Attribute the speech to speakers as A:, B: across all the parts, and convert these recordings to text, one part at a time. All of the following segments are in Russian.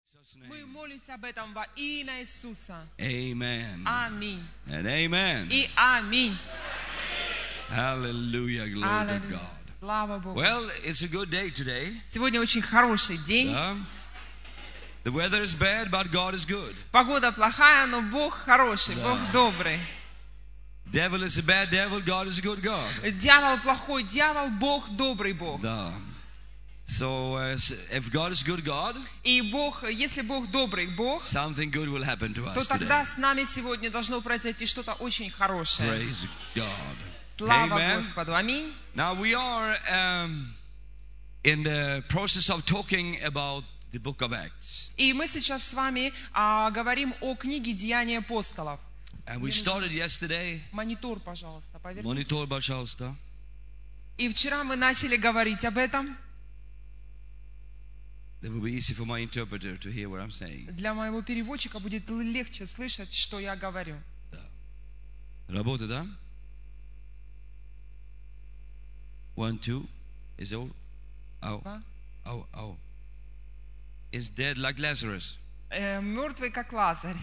A: Jesus'
B: Мы
A: name.
B: молимся об этом во имя Иисуса.
A: Amen.
B: Аминь.
A: And amen.
B: И аминь.
A: Hallelujah. Glory to
B: Аллилуйя.
A: God.
B: Слава Богу.
A: Well, it's a good day today.
B: Сегодня очень хороший день.
A: Yeah. The weather is bad, but God is good.
B: Погода плохая, но Бог хороший, Бог добрый.
A: Devil is a bad devil, God is a good God.
B: Дьявол плохой дьявол, Бог добрый Бог.
A: Yeah. So, uh, s- if God is good God,
B: И Бог, если Бог добрый Бог,
A: something good will happen to
B: то
A: us today.
B: тогда с нами сегодня должно произойти что-то очень хорошее.
A: Praise God.
B: Слава
A: Amen.
B: Господу. Аминь.
A: Now we are um, in the process of talking about the book of Acts.
B: И мы сейчас с вами а, говорим о книге «Деяния апостолов».
A: And we started yesterday.
B: Монитор, пожалуйста, поверни.
A: Monitor, пожалуйста.
B: И вчера мы начали говорить об этом.
A: That will be easy for my interpreter to hear what I'm saying.
B: Для моего переводчика будет л- легче слышать, что я говорю.
A: Работа, да? One, two. Is all? Ow,
B: Два.
A: ow, ow. Is dead like Lazarus.
B: Э, мертвый как Лазарь.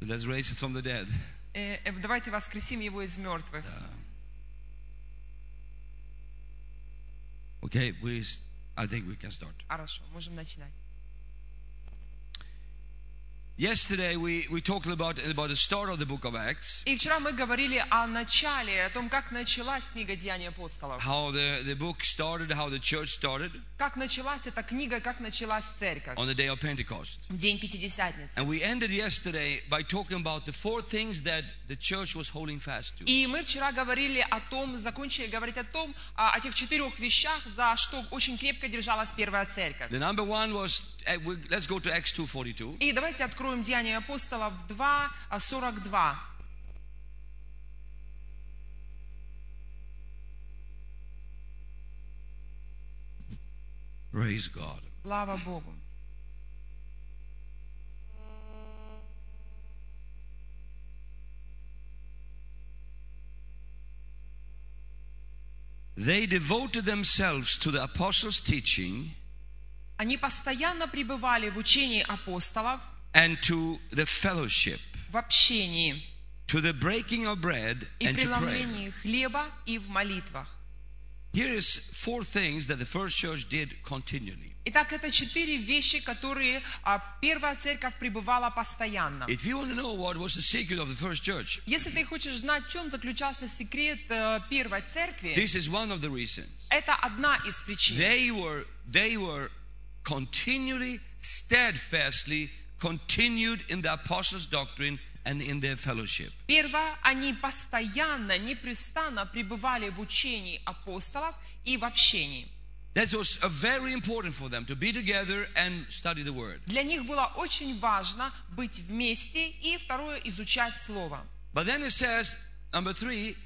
A: Let's raise it from the dead.
B: Э, э, давайте воскресим его из мертвых.
A: Okay, we. s- I think we can start.
B: Хорошо, можем начинать.
A: Yesterday we, we talked about about the start of the book of Acts,
B: И вчера мы говорили о начале, о том, как началась книга «Деяния апостолов».
A: how the, the book started, how the church started
B: Как началась эта книга, как началась церковь.
A: on the day of Pentecost.
B: В день Пятидесятницы.
A: And we ended yesterday by talking about the four things that the church was holding fast to.
B: И мы вчера говорили о том, закончили говорить о том, а, о тех четырех вещах, за что очень крепко держалась первая церковь.
A: The number one was eh, we, let's go to Acts 2:42.
B: И давайте откроем Деяния апостолов 2, а, 42.
A: Praise God.
B: Слава Богу.
A: They devoted themselves to the apostles' teaching
B: Они постоянно пребывали в учении апостолов,
A: and to the fellowship,
B: в общении
A: to the breaking of bread
B: и
A: and to prayer.
B: преломлении хлеба и в молитвах.
A: Here is four things that the first church did continually.
B: Итак, это четыре вещи, которые а, первая церковь пребывала постоянно.
A: If you want to know what was the secret of the first church,
B: Если ты хочешь знать, в чем заключался секрет э, первой церкви,
A: this is one of the reasons.
B: это одна из причин.
A: They were they were continually, steadfastly continued in the apostles' doctrine and in their fellowship.
B: Первое, они постоянно, непрестанно пребывали в учении апостолов и в общении.
A: That was uh, very important for them to be together and study the word.
B: Для них было очень важно быть вместе и, второе, изучать Слово.
A: But then it says, number three,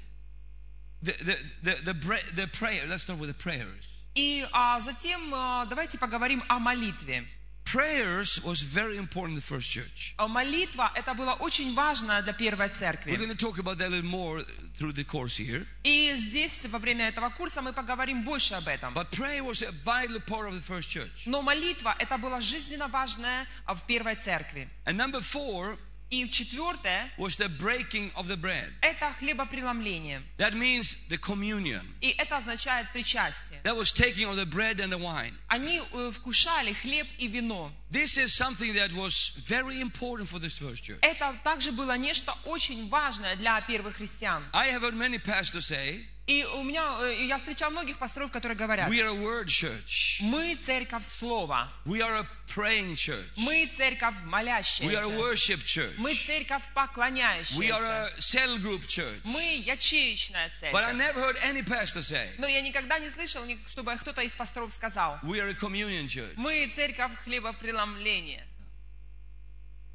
A: the the the, the, bra- the prayer. Let's start with the prayers.
B: И а, затем а, давайте поговорим о молитве.
A: Prayers was very important in the first church.
B: А Молитва – это было очень важно для первой
A: We're
B: церкви.
A: going to talk about that a little more through the course here.
B: И здесь, во время этого курса, мы поговорим больше об этом.
A: But prayer was a vital part of the first church.
B: Но молитва – это было жизненно важное а, в первой церкви.
A: And number four
B: И четвертое
A: was the breaking of the bread.
B: – это хлебопреломление.
A: That means the communion.
B: И это означает причастие.
A: That was taking of the bread and the wine.
B: Они э, вкушали хлеб и вино.
A: This is something that was very important for this first church.
B: Это также было нечто очень важное для первых христиан.
A: I have heard many pastors say,
B: И у меня, э, я встречал многих пасторов, которые говорят,
A: we are a word church.
B: мы церковь слова,
A: We are a praying church.
B: мы церковь
A: We are a
B: молящаяся,
A: worship
B: мы
A: church.
B: церковь
A: We are
B: поклоняющаяся,
A: a cell group church.
B: мы ячеечная
A: But I
B: церковь.
A: never heard any pastor say,
B: Но я никогда не слышал, ни- чтобы кто-то из пасторов сказал,
A: we are a communion church.
B: мы церковь хлебопреломления.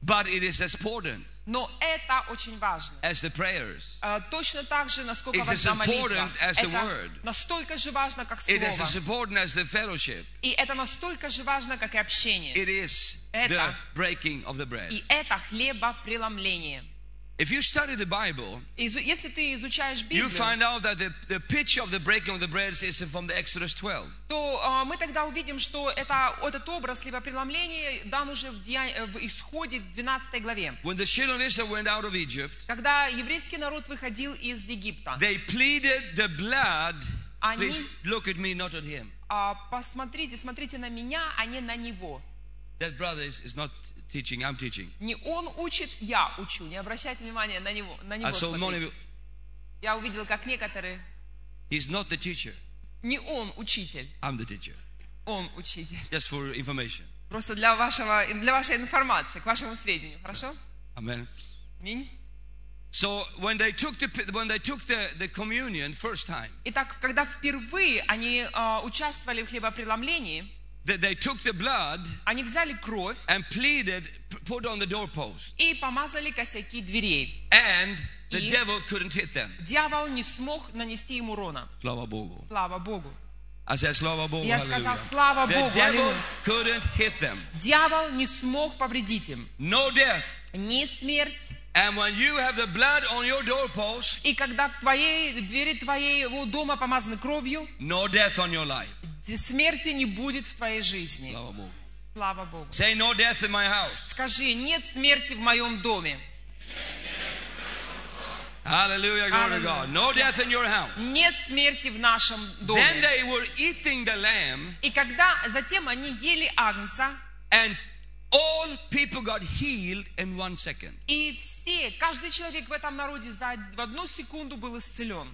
A: But it is as important
B: Но это очень важно.
A: as the prayers.
B: Э, Точно так же, насколько
A: It's as
B: важна молитва.
A: important as the
B: Это
A: word.
B: настолько же важно, как
A: It is as
B: слово.
A: important as the fellowship.
B: И это настолько же важно, как и общение.
A: It is the
B: Это.
A: breaking of the bread.
B: И это хлебопреломление.
A: If you study the Bible,
B: Изу- Если ты изучаешь
A: you
B: Библию,
A: find out that the, the picture of the breaking of the breads is from the Exodus 12.
B: то а, мы тогда увидим, что это, этот образ либо преломление дан уже в, Дея- э, в Исходе 12 главе.
A: When the children of Israel went out of Egypt,
B: Когда еврейский народ выходил из Египта,
A: they pleaded the blood.
B: Они-
A: Please look at me, not at him.
B: а, посмотрите, смотрите на меня, а не на него.
A: That brother is, is not teaching, I'm teaching.
B: Не он учит, я учу. Не обращайте внимания на него. На него
A: I saw
B: смотрите.
A: many,
B: Я увидел, как некоторые...
A: he's not the teacher,
B: Не он учитель,
A: I'm the teacher.
B: он учитель.
A: Just for information.
B: Просто для, вашего, для вашей информации, к вашему сведению. Хорошо?
A: Amen.
B: Аминь.
A: So when they took the when they took the, the communion first time,
B: Итак, когда впервые они а, участвовали в хлебопреломлении,
A: they, they took the blood
B: они взяли кровь
A: and pleaded, p- put on the doorpost,
B: и помазали косяки дверей.
A: and the
B: И-
A: devil couldn't hit them.
B: Дьявол не смог нанести им урона.
A: Slava Bogu.
B: Слава Богу.
A: I said, Slava Bogu.
B: Я сказал,
A: hallelujah."
B: «Слава
A: the
B: Богу,
A: devil
B: аллилуйя.
A: couldn't hit them.
B: Дьявол не смог повредить им.
A: No death.
B: Ни смерть.
A: And when you have the blood on your doorpost,
B: И когда к твоей двери твоего дома помазаны кровью,
A: no death on your life.
B: д- смерти не будет в твоей жизни.
A: Slava Bogu.
B: Слава Богу.
A: Say no death in my house.
B: Скажи, нет смерти в моем доме.
A: Hallelujah, glory to
B: Hallelujah.
A: God. No death in your house.
B: Нет смерти в нашем
A: Then
B: доме.
A: they were eating the lamb,
B: И когда затем они ели агнца,
A: and all people got healed in one second.
B: и все, каждый человек в этом народе за, в одну секунду был исцелен.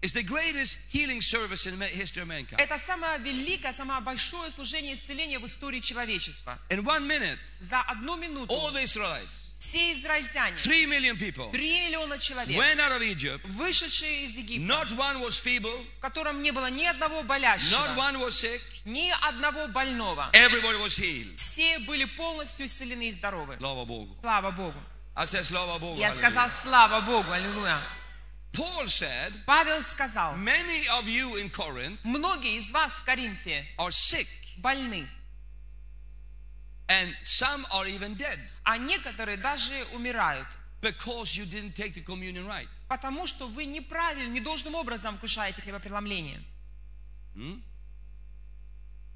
A: It's the greatest healing service in the history of mankind.
B: Это самое великое, самое большое служение исцеления в истории человечества.
A: In one minute,
B: За одну минуту
A: all the Israelites,
B: все израильтяне,
A: three million people,
B: 3 миллиона человек,
A: went out of Egypt.
B: вышедшие из Египта,
A: Not one was feeble,
B: в котором не было ни одного
A: not
B: болящего,
A: one was sick.
B: ни одного больного.
A: Everybody was healed.
B: Все были полностью исцелены и здоровы.
A: Slava Bogu.
B: Слава Богу.
A: I said, Slava Bogu.
B: Я сказал,
A: hallelujah.
B: слава Богу, аллилуйя.
A: Paul said,
B: Павел сказал,
A: many of you in Corinth
B: многие из вас в Коринфе
A: are sick,
B: больны,
A: and some are even dead
B: а некоторые даже умирают,
A: because you didn't take the communion right.
B: потому что вы неправильно, недолжным образом вкушаете хлебопреломление.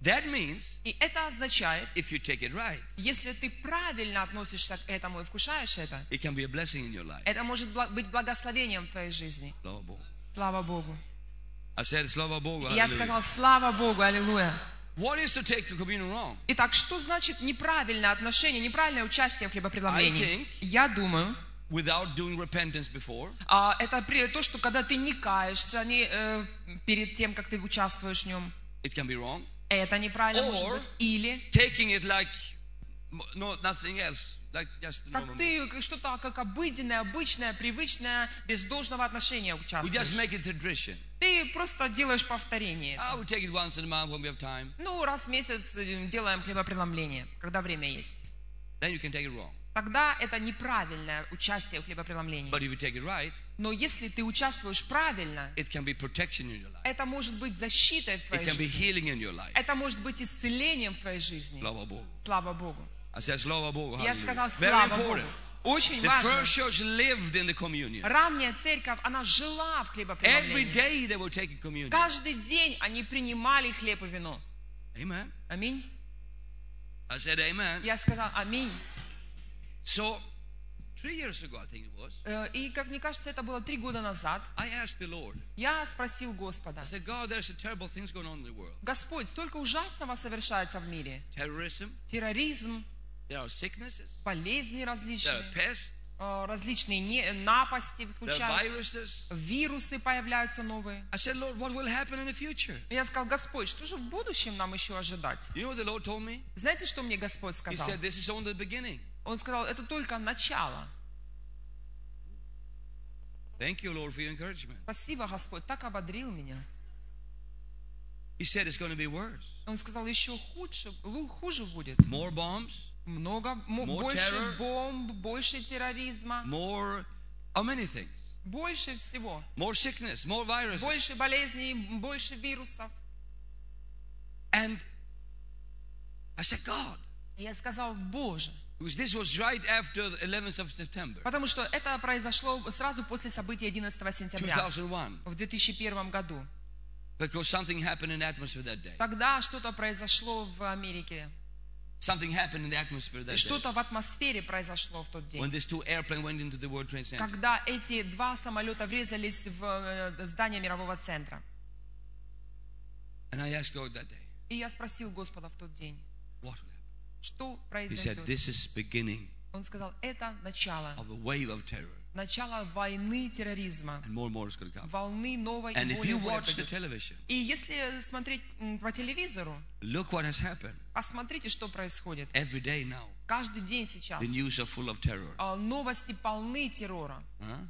A: That means
B: И это означает,
A: if you take it right,
B: если ты правильно относишься к этому и вкушаешь это,
A: it can be a blessing in your life.
B: это может бла- быть благословением в твоей жизни.
A: Slava Bogu.
B: Слава Богу.
A: I said, Slava Bogu.
B: Я
A: hallelujah.
B: сказал, слава Богу, аллилуйя.
A: What is to take the communion wrong?
B: Итак, что значит неправильное отношение, неправильное участие в
A: I
B: хлебопреломлении?
A: think-
B: Я думаю,
A: Without doing repentance before,
B: а, это при- то, что когда ты не каешься не, э, перед тем, как ты участвуешь в нем,
A: it can be wrong.
B: это неправильно
A: Or-
B: может быть. Или
A: Taking it like m- no nothing else, like just the normal.
B: как ты как что-то как обыденное, обычное, привычное, без должного отношения
A: We just
B: участвуешь.
A: make it tradition.
B: Ты просто делаешь повторение.
A: I we take it once in a month when we have time.
B: Ну, раз в месяц э, делаем хлебопреломление, когда время есть.
A: Then you can take it wrong.
B: Тогда это неправильное участие в хлебопреломлении.
A: But if you take it right,
B: Но если ты участвуешь правильно,
A: it can be protection in your life.
B: это может быть защитой в
A: It
B: твоей
A: can be
B: жизни.
A: healing in your life.
B: Это может быть исцелением в твоей жизни.
A: Slava Bogu.
B: Слава Богу.
A: I said, Slava Bogu.
B: Я
A: hallelujah.
B: сказал,
A: Very
B: слава Богу.
A: important.
B: Очень
A: The
B: важно.
A: first church lived in the communion.
B: Ранняя церковь, она жила в
A: Every
B: хлебопреломлении.
A: day they were taking communion.
B: Каждый день они принимали хлеб и вино.
A: Amen.
B: Аминь.
A: I said, Amen.
B: Я сказал аминь.
A: So, three years ago, I think it was,
B: Э, И, как мне кажется, это было три года назад.
A: I asked the Lord,
B: Я sпросил Господа,
A: I said, God, there's a terrible things going on in the world.
B: Господь, столько ужасного совершается в мире.
A: Terrorism,
B: Терроризм,
A: there are sicknesses,
B: болезни
A: there are
B: различные,
A: pests,
B: э, различные не- напасти
A: there are
B: случаются,
A: viruses.
B: вирусы появляются новые.
A: I said, Lord, what will happen in the future?
B: Я сказал, Господь, что же в будущем нам еще ожидать?
A: You know what the Lord told me?
B: Знаете, что мне Господь
A: He
B: сказал?
A: said, This is only the beginning.
B: Он сказал, это только начало.
A: Thank you, Lord, for your encouragement.
B: Спасибо, Господь, так ободрил меня.
A: He said, It's going to be worse.
B: Он сказал, еще худше, лу- хуже будет.
A: More bombs,
B: Много, м-
A: More
B: больше
A: terror.
B: бомб, больше терроризма,
A: more, oh, many things.
B: больше всего.
A: More sickness, more viruses.
B: Больше болезней, м, больше вирусов.
A: And I said, God,
B: Я сказал, Боже.
A: Because this was right after the 11th of September,
B: Потому что это произошло сразу после событий 11 сентября
A: 2001.
B: в 2001 году.
A: Because something happened in the atmosphere that day.
B: Тогда что-то произошло в Америке.
A: Something happened in the atmosphere that day.
B: Что-то в атмосфере произошло в тот
A: When
B: день.
A: these two airplanes went into the World Trade Center,
B: Когда эти два самолета врезались в э, здание мирового центра.
A: and I asked Lord that day,
B: И я спросил Господа в тот день,
A: what will happen?
B: что
A: He said,
B: произойдет.
A: this is beginning
B: Он сказал, это начало.
A: of a wave of terror,
B: Начало войны терроризма.
A: and more and more is going to come.
B: Волны новой и
A: And if
B: более
A: you
B: более
A: watch the
B: пойдет.
A: television,
B: И если смотреть м, по телевизору,
A: look what has happened.
B: посмотрите, что происходит.
A: Every day now,
B: Каждый день сейчас
A: the news are full of terror.
B: а, новости полны террора.
A: Huh?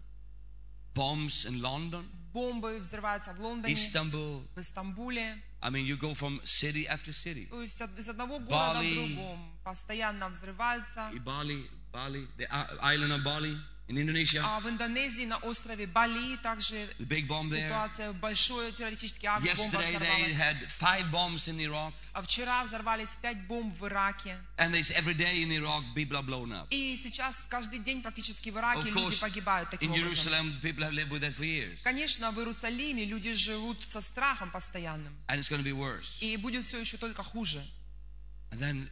A: Bombs in London,
B: Бомбы взрываются в Лондоне,
A: Istanbul.
B: в Истамбуле.
A: I mean, you go from city after city.
B: То есть от- из одного города
A: Бали.
B: в другом постоянно взрывается.
A: Bali, Bali, the i- island of Bali in Indonesia,
B: А в Индонезии на острове Бали также
A: the big bomb there.
B: ситуация, большой террористический акт, бомба
A: Yesterday they
B: взорвалась.
A: had five bombs in Iraq,
B: А вчера взорвались пять бомб в Ираке.
A: and it's every day in Iraq people are blown up.
B: И сейчас каждый день практически в Ираке
A: Of
B: люди
A: course,
B: погибают таким
A: in
B: образом.
A: Jerusalem people have lived with that for years,
B: Конечно, в Иерусалиме люди живут со страхом постоянным.
A: and it's going to be worse.
B: И будет все еще только хуже.
A: And then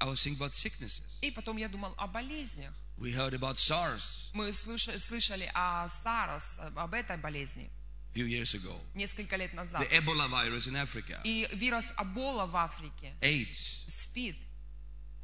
A: I was thinking about sicknesses.
B: И потом я думал о болезнях.
A: We heard about SARS
B: Мы слыша- слышали о САРС, об этой болезни
A: a few years ago,
B: несколько лет назад.
A: the Ebola virus in Africa,
B: И вирус Абола в Африке,
A: AIDS,
B: СПИД.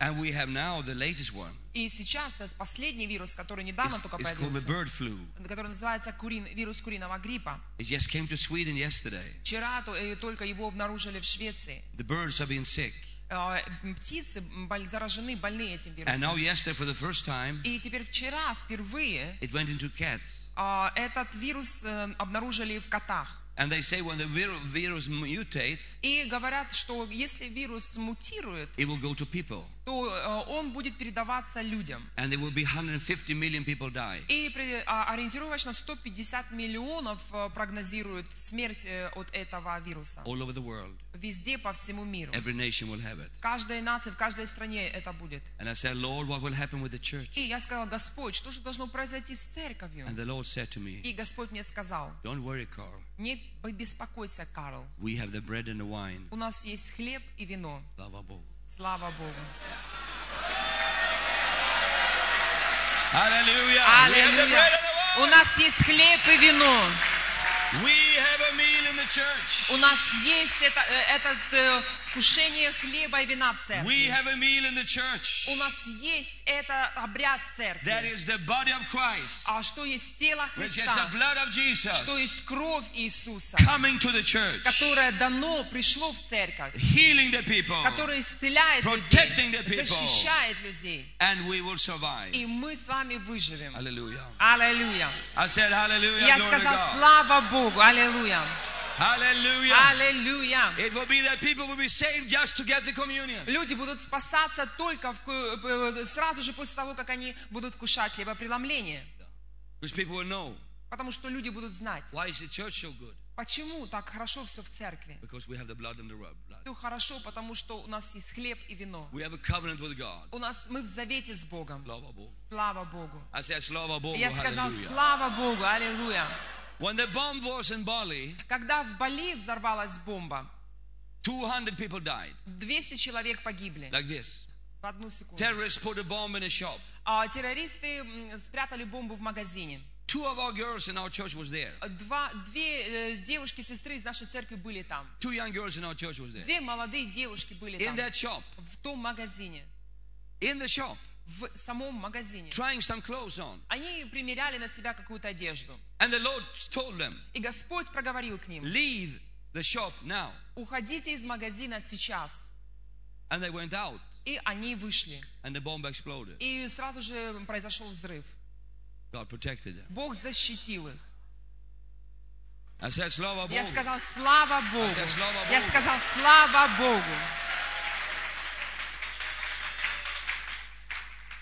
A: and we have now the latest one.
B: И сейчас этот последний вирус, который недавно
A: It's,
B: только
A: it's called
B: появился,
A: the bird flu.
B: который называется курин, вирус куриного гриппа.
A: It just came to Sweden yesterday.
B: Вчера то- э, только его обнаружили в Швеции.
A: The birds are being sick.
B: Э, м, Птицы м, боль- заражены, больны этим
A: And
B: вирусом.
A: now, yesterday, for the first time,
B: И теперь вчера впервые
A: it went into cats.
B: а, этот вирус э, обнаружили в котах.
A: And they say when the vir- virus mutate,
B: И говорят, что если вирус мутирует,
A: it will go to people.
B: то э, он будет передаваться людям.
A: And there will be 150 million people die.
B: И при- а, ориентировочно 150 миллионов э, прогнозируют смерть э, от этого вируса.
A: All over the world.
B: Везде, по всему миру.
A: Every nation will have it.
B: В каждой нации, в каждой стране это будет.
A: And I said, Lord, what will happen with the church?
B: И я сказала, Господь, что же должно произойти с церковью?
A: And the Lord said to me,
B: И Господь мне сказал,
A: Don't worry, Carl.
B: не беспокойся, Карл,
A: We have the bread and the wine.
B: у нас есть хлеб и вино.
A: Slava Bogu.
B: Слава Богу.
A: Hallelujah. We have the
B: Аллилуйя.
A: bread and the wine.
B: У нас есть хлеб и вино.
A: We have a meal in the church.
B: У нас есть это, э, этот, э, вкушение хлеба и вина в церкви.
A: We have a meal in the church.
B: У нас есть это обряд церкви.
A: That is the body of Christ,
B: А что есть тело
A: which is the
B: Христа,
A: blood
B: что
A: of Jesus
B: есть кровь Иисуса,
A: coming to the church,
B: которое дано, пришло в церковь,
A: healing the people,
B: которое исцеляет
A: Protecting the
B: людей,
A: people.
B: защищает людей.
A: and we will survive.
B: И мы с вами выживем.
A: Hallelujah.
B: Аллилуйя.
A: I said hallelujah,
B: Я
A: glory to
B: сказал,
A: God.
B: слава Богу, аллилуйя,
A: Hallelujah.
B: аллилуйя.
A: It will be that people will be saved just to get the communion.
B: Люди будут спасаться только в ку- э, сразу же после того, как они будут кушать хлебопреломление.
A: Because people will know
B: Потому что люди будут знать,
A: why is the church so good?
B: почему так хорошо все в церкви.
A: Because we have the blood and the rub- blood.
B: Все Ну, хорошо, потому что у нас есть хлеб и вино.
A: We have a covenant with God.
B: У нас мы в завете с Богом.
A: Slava Bogu.
B: Слава Богу.
A: I said Slava Bogu,
B: Я сказал,
A: hallelujah.
B: слава Богу, аллилуйя.
A: When the bomb was in Bali,
B: Когда в Бали взорвалась бомба,
A: 200 people died.
B: 200 человек погибли.
A: Like this.
B: В одну секунду.
A: Terrorists put a bomb in a shop.
B: А, террористы м, спрятали бомбу в магазине.
A: Two of our girls in our church was there.
B: Два, две э, девушки-сестры из нашей церкви были там.
A: Two young girls in our church was there.
B: Две молодые девушки были
A: In
B: там.
A: that shop,
B: В том магазине.
A: in the shop,
B: В самом магазине.
A: trying some clothes on.
B: Они примеряли на себя какую-то одежду.
A: And the Lord told them,
B: И Господь проговорил к ним,
A: leave the shop now.
B: уходите из магазина сейчас.
A: And they went out
B: И они вышли.
A: and the bomb exploded.
B: И сразу же произошел взрыв.
A: God protected them.
B: Бог защитил их.
A: I said, Slava
B: Я
A: Bogu.
B: сказал, слава Богу.
A: Я слава Богу.
B: Я сказал, слава Богу.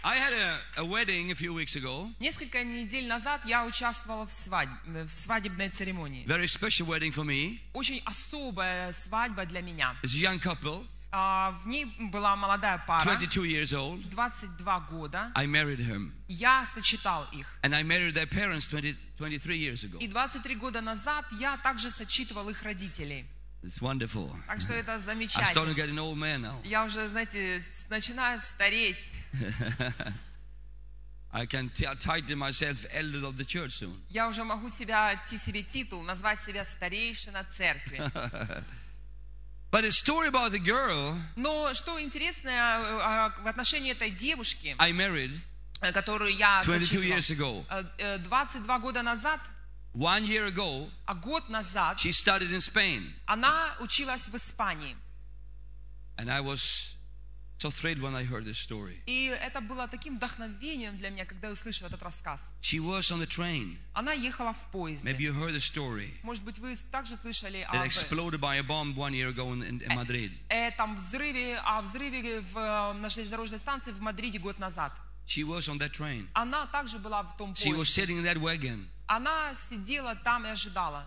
A: I had a, a wedding a few weeks ago.
B: Несколько недель назад я участвовала в, свадь- в свадебной церемонии.
A: Very special wedding for me.
B: Очень особая свадьба для меня.
A: It's a young couple.
B: А, в ней была молодая пара,
A: 22 years old.
B: 22 года.
A: I married him.
B: Я сочетал их.
A: And I married their parents 20, 23 years ago.
B: И 23 года назад я также сочитывал их родителей.
A: It's wonderful.
B: Так что это
A: I'm starting
B: замечательно.
A: to get an old man now.
B: Я уже, знаете, с- начинаю стареть.
A: I can t- uh, title myself elder of the church soon.
B: Я уже могу себя, ти себе титул, назвать себя старейшина церкви.
A: But a story about the girl
B: Но что интересное э, а, в отношении этой девушки,
A: I married
B: э, которую я
A: 22
B: зачитывала,
A: А years ago.
B: э, э, 22 года назад,
A: One year ago,
B: а год назад,
A: she studied in Spain.
B: она училась в Испании.
A: And I was so thrilled when I heard this story.
B: И это было таким вдохновением для меня, когда я услышала этот рассказ.
A: She was on the train.
B: Она ехала в поезде.
A: Maybe you heard the story
B: Может быть, вы также слышали
A: that
B: об
A: exploded by a bomb one year ago in, in, in Madrid.
B: этом взрыве, о взрыве в, э, на железнодорожной станции в Мадриде год назад.
A: She was on that train.
B: Она также была в том
A: She
B: поезде.
A: was sitting in that wagon.
B: Она сидела там и ожидала.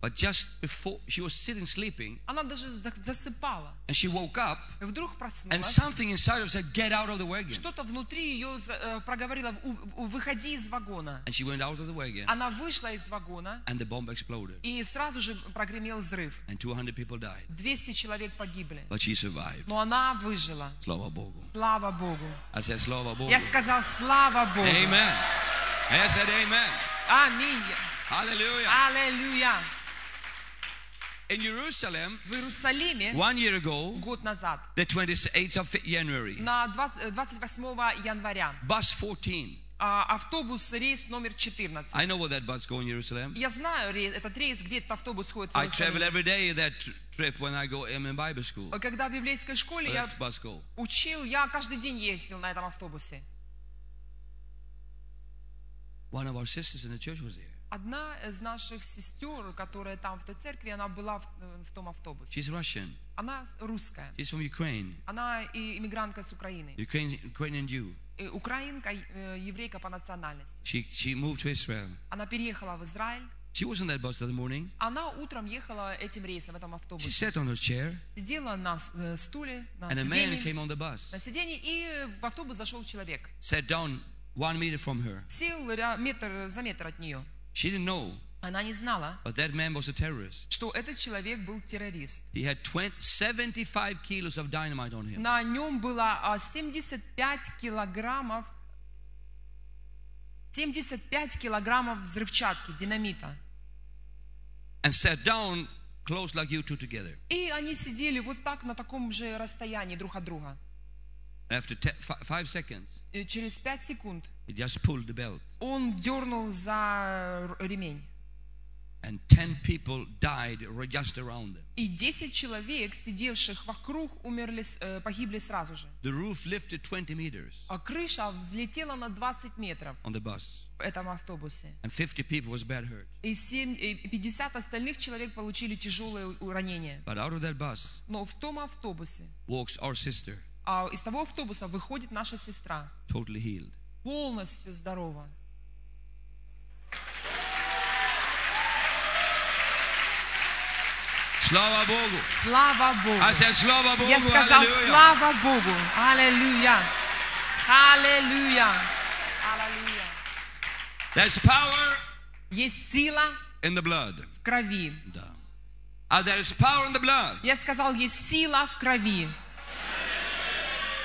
A: But just before she was sitting sleeping,
B: Она даже за- засыпала.
A: and she woke up,
B: И Вдруг
A: and
B: проснулась.
A: something inside her said, "Get out of the wagon."
B: Что-то внутри ее за- э, проговорило, «У- у- выходи из вагона.
A: And she went out of the wagon,
B: Она вышла из вагона,
A: and the bomb exploded,
B: и сразу же прогремел взрыв.
A: and 200 people died.
B: 200 человек погибли.
A: But she survived.
B: Но она выжила.
A: Slava Bogu.
B: Слава Богу.
A: I said, Slava
B: Я
A: Bogu.
B: сказал, слава Богу.
A: Amen. I said, Amen.
B: Аминь.
A: Hallelujah.
B: Аллилуйя.
A: In Jerusalem,
B: В Иерусалиме
A: one year ago,
B: год назад,
A: the 28th of January,
B: на 20 э, 28 января,
A: bus 14.
B: а, автобус рейс номер 14.
A: I know where that bus goes in Jerusalem.
B: Я знаю ре- этот рейс, где этот автобус ходит в
A: I travel
B: Иерусалим.
A: every day that tr- trip when I go I'm in Bible school.
B: Когда в библейской школе
A: Where
B: я
A: that bus go.
B: учил, я каждый день ездил на этом автобусе.
A: One of our sisters in the church was there.
B: Одна из наших сестер, которая там в той церкви, она была в, э, в том автобусе.
A: She's Russian.
B: Она с- русская.
A: She's from Ukraine.
B: Она и иммигрантка с Украины.
A: Ukraine Ukrainian Jew.
B: Э, Украинка, э, еврейка по национальности.
A: She she moved to Israel.
B: Она переехала в Израиль.
A: She was on that bus that morning.
B: Она утром ехала этим рейсом, в этом
A: She
B: автобусе.
A: sat on her chair,
B: Сидела на с- э, стуле, на
A: and a man
B: сиденье,
A: came on the
B: на
A: bus,
B: сиденье, и в автобус зашел человек.
A: sat down one meter from her.
B: Сел ря- метр за метр от нее.
A: She didn't know,
B: Она не знала,
A: but that man was a terrorist.
B: что этот человек был террорист.
A: He had 20, 75 kilos of dynamite on him.
B: На нем было а, 75 килограммов 75 килограммов взрывчатки, динамита.
A: and sat down close like you two together.
B: И они сидели вот так на таком же расстоянии друг от друга.
A: After te- fi- five seconds,
B: И через 5 секунд
A: he just pulled the belt,
B: он дернул за р- ремень.
A: and 10 people died ri- just around them.
B: И 10 человек, сидевших вокруг, умерли, с- э, погибли сразу же.
A: The roof lifted 20 meters
B: А крыша взлетела на 20 метров
A: on the bus,
B: в этом автобусе.
A: and 50 people was bad hurt.
B: И семь- и 50 остальных человек получили тяжелые у- ранения.
A: But out of that bus
B: Но в том автобусе,
A: walks our sister,
B: а, из того автобуса выходит наша сестра,
A: totally healed.
B: полностью здорова.
A: Slava Bogu!
B: Слава
A: I
B: Богу!
A: said, Slava Bogu!
B: Я сказал,
A: hallelujah."
B: слава Богу! Аллилуйя! Аллилуйя! Аллилуйя!
A: There's power
B: Есть сила
A: in the blood.
B: в крови.
A: Down. Ah, there is power in the blood.
B: Я сказал, есть сила в крови.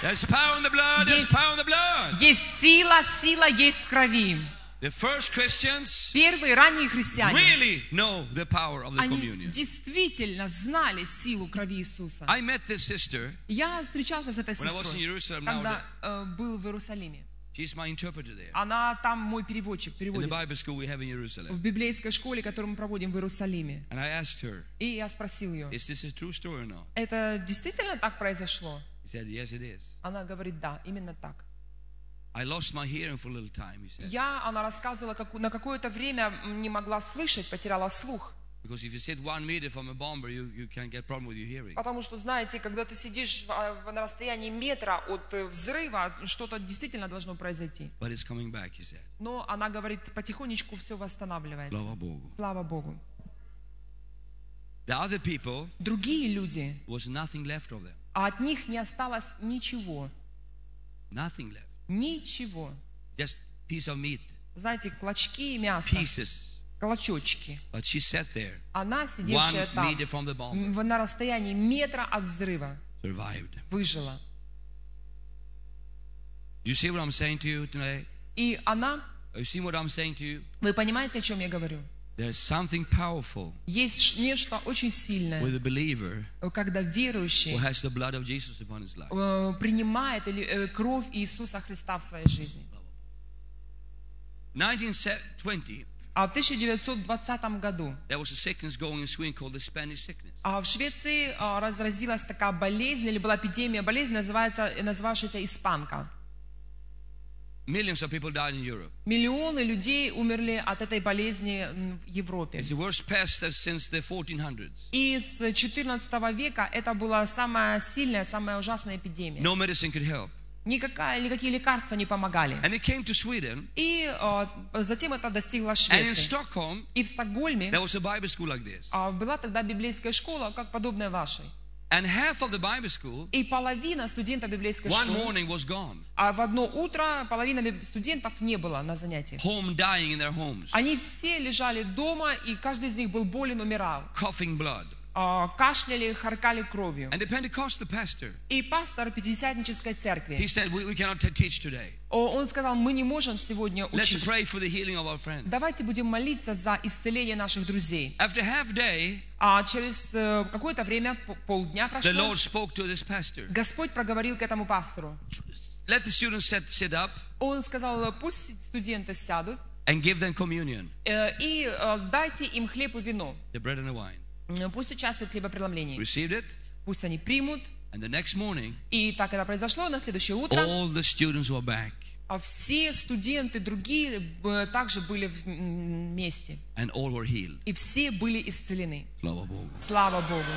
A: There's power in the blood. There's
B: Yes.
A: power in the blood.
B: Есть сила, сила есть в крови.
A: The first Christians
B: Первые ранние христиане,
A: really know the power of the
B: они
A: communion.
B: действительно знали силу крови Иисуса.
A: I met this sister
B: Я встречался с этой
A: А- when I was in
B: сестрой,
A: Jerusalem. Now,
B: когда э, был в Иерусалиме.
A: she's my interpreter there.
B: Она там мой переводчик,
A: In the
B: переводит.
A: Bible school we have in Jerusalem.
B: В библейской школе, которую мы проводим в Иерусалиме.
A: And I asked her,
B: И я спросил ее,
A: Is this a true story or not?
B: это действительно так произошло?
A: He said, Yes, it is.
B: Она говорит, да, именно так.
A: I lost my hearing for a little time, he said.
B: Я, она рассказывала, как, на какое-то время не могла слышать, потеряла слух.
A: Because if you sit one meter from a bomber, you, you can get problem with your hearing.
B: Потому что, знаете, когда ты сидишь а, в- на расстоянии метра от э, взрыва, что-то действительно должно произойти.
A: But it's coming back, he said.
B: Но она говорит, потихонечку все восстанавливается.
A: Slava Bogu.
B: Слава Богу.
A: The other people
B: Другие люди,
A: was nothing left of them.
B: а от них не осталось ничего.
A: Nothing left.
B: Ничего.
A: Just piece of meat,
B: Знаете, клочки мяса,
A: pieces.
B: клочочки.
A: But she sat there,
B: Она,
A: one
B: сидевшая там,
A: meter from the bomb,
B: м, в- на расстоянии метра от взрыва,
A: survived.
B: выжила.
A: You see what I'm saying to you today?
B: И она,
A: You see what I'm saying to you?
B: вы понимаете, о чем я говорю?
A: There's something powerful
B: Есть ш- нечто очень сильное,
A: with a believer
B: когда верующий
A: who has the blood of Jesus upon his life.
B: э, принимает или, э, кровь Иисуса Христа в своей жизни.
A: 1920,
B: А в 1920 году
A: there was a sickness going in Sweden called the Spanish sickness.
B: а, в Швеции а, разразилась такая болезнь, или была эпидемия болезни, называется, называвшаяся испанка.
A: Millions of people died in Europe.
B: Миллионы людей умерли от этой болезни м, в Европе.
A: It's the worst pest that's since the 1400s.
B: И с 14 века это была самая сильная, самая ужасная эпидемия.
A: No medicine could help.
B: Никакая, никакие лекарства не помогали.
A: And it came to Sweden,
B: И а, затем это достигло
A: and in
B: Швеции.
A: Stockholm,
B: И в Стокгольме
A: there was a Bible school like this.
B: а, была тогда библейская школа, как подобная вашей.
A: And half of the Bible school,
B: И половина студентов библейской
A: one
B: школы,
A: morning, was gone,
B: а в одно утро половина биб- студентов не было на занятиях.
A: home dying in their homes,
B: Они все лежали дома, и каждый из них был болен, умирал.
A: coughing blood.
B: А, Кашляли, харкали кровью.
A: And the Pentecostal pastor,
B: И пастор Пятидесятнической
A: he
B: церкви,
A: said, We, we cannot t- teach today.
B: о, он сказал, мы не можем сегодня
A: Let's
B: учить.
A: pray for the healing of our friends.
B: Давайте будем молиться за исцеление наших друзей.
A: After half day,
B: А через э, какое-то время, п- полдня
A: the
B: прошло,
A: Lord spoke to this pastor.
B: Господь проговорил к этому пастору.
A: Let the students sit, sit up
B: Он сказал, пусть студенты сядут
A: and give them communion,
B: э, и э, дайте им хлеб и вино.
A: the bread and the wine.
B: Э, Пусть участвуют в хлебопреломлении.
A: Received it,
B: Пусть они примут.
A: and the next morning,
B: И так это произошло. На следующее утро
A: all the students were back,
B: а все студенты другие э, также были в- м, вместе.
A: and all were healed.
B: И все были исцелены.
A: Slava Bogu.
B: Слава Богу.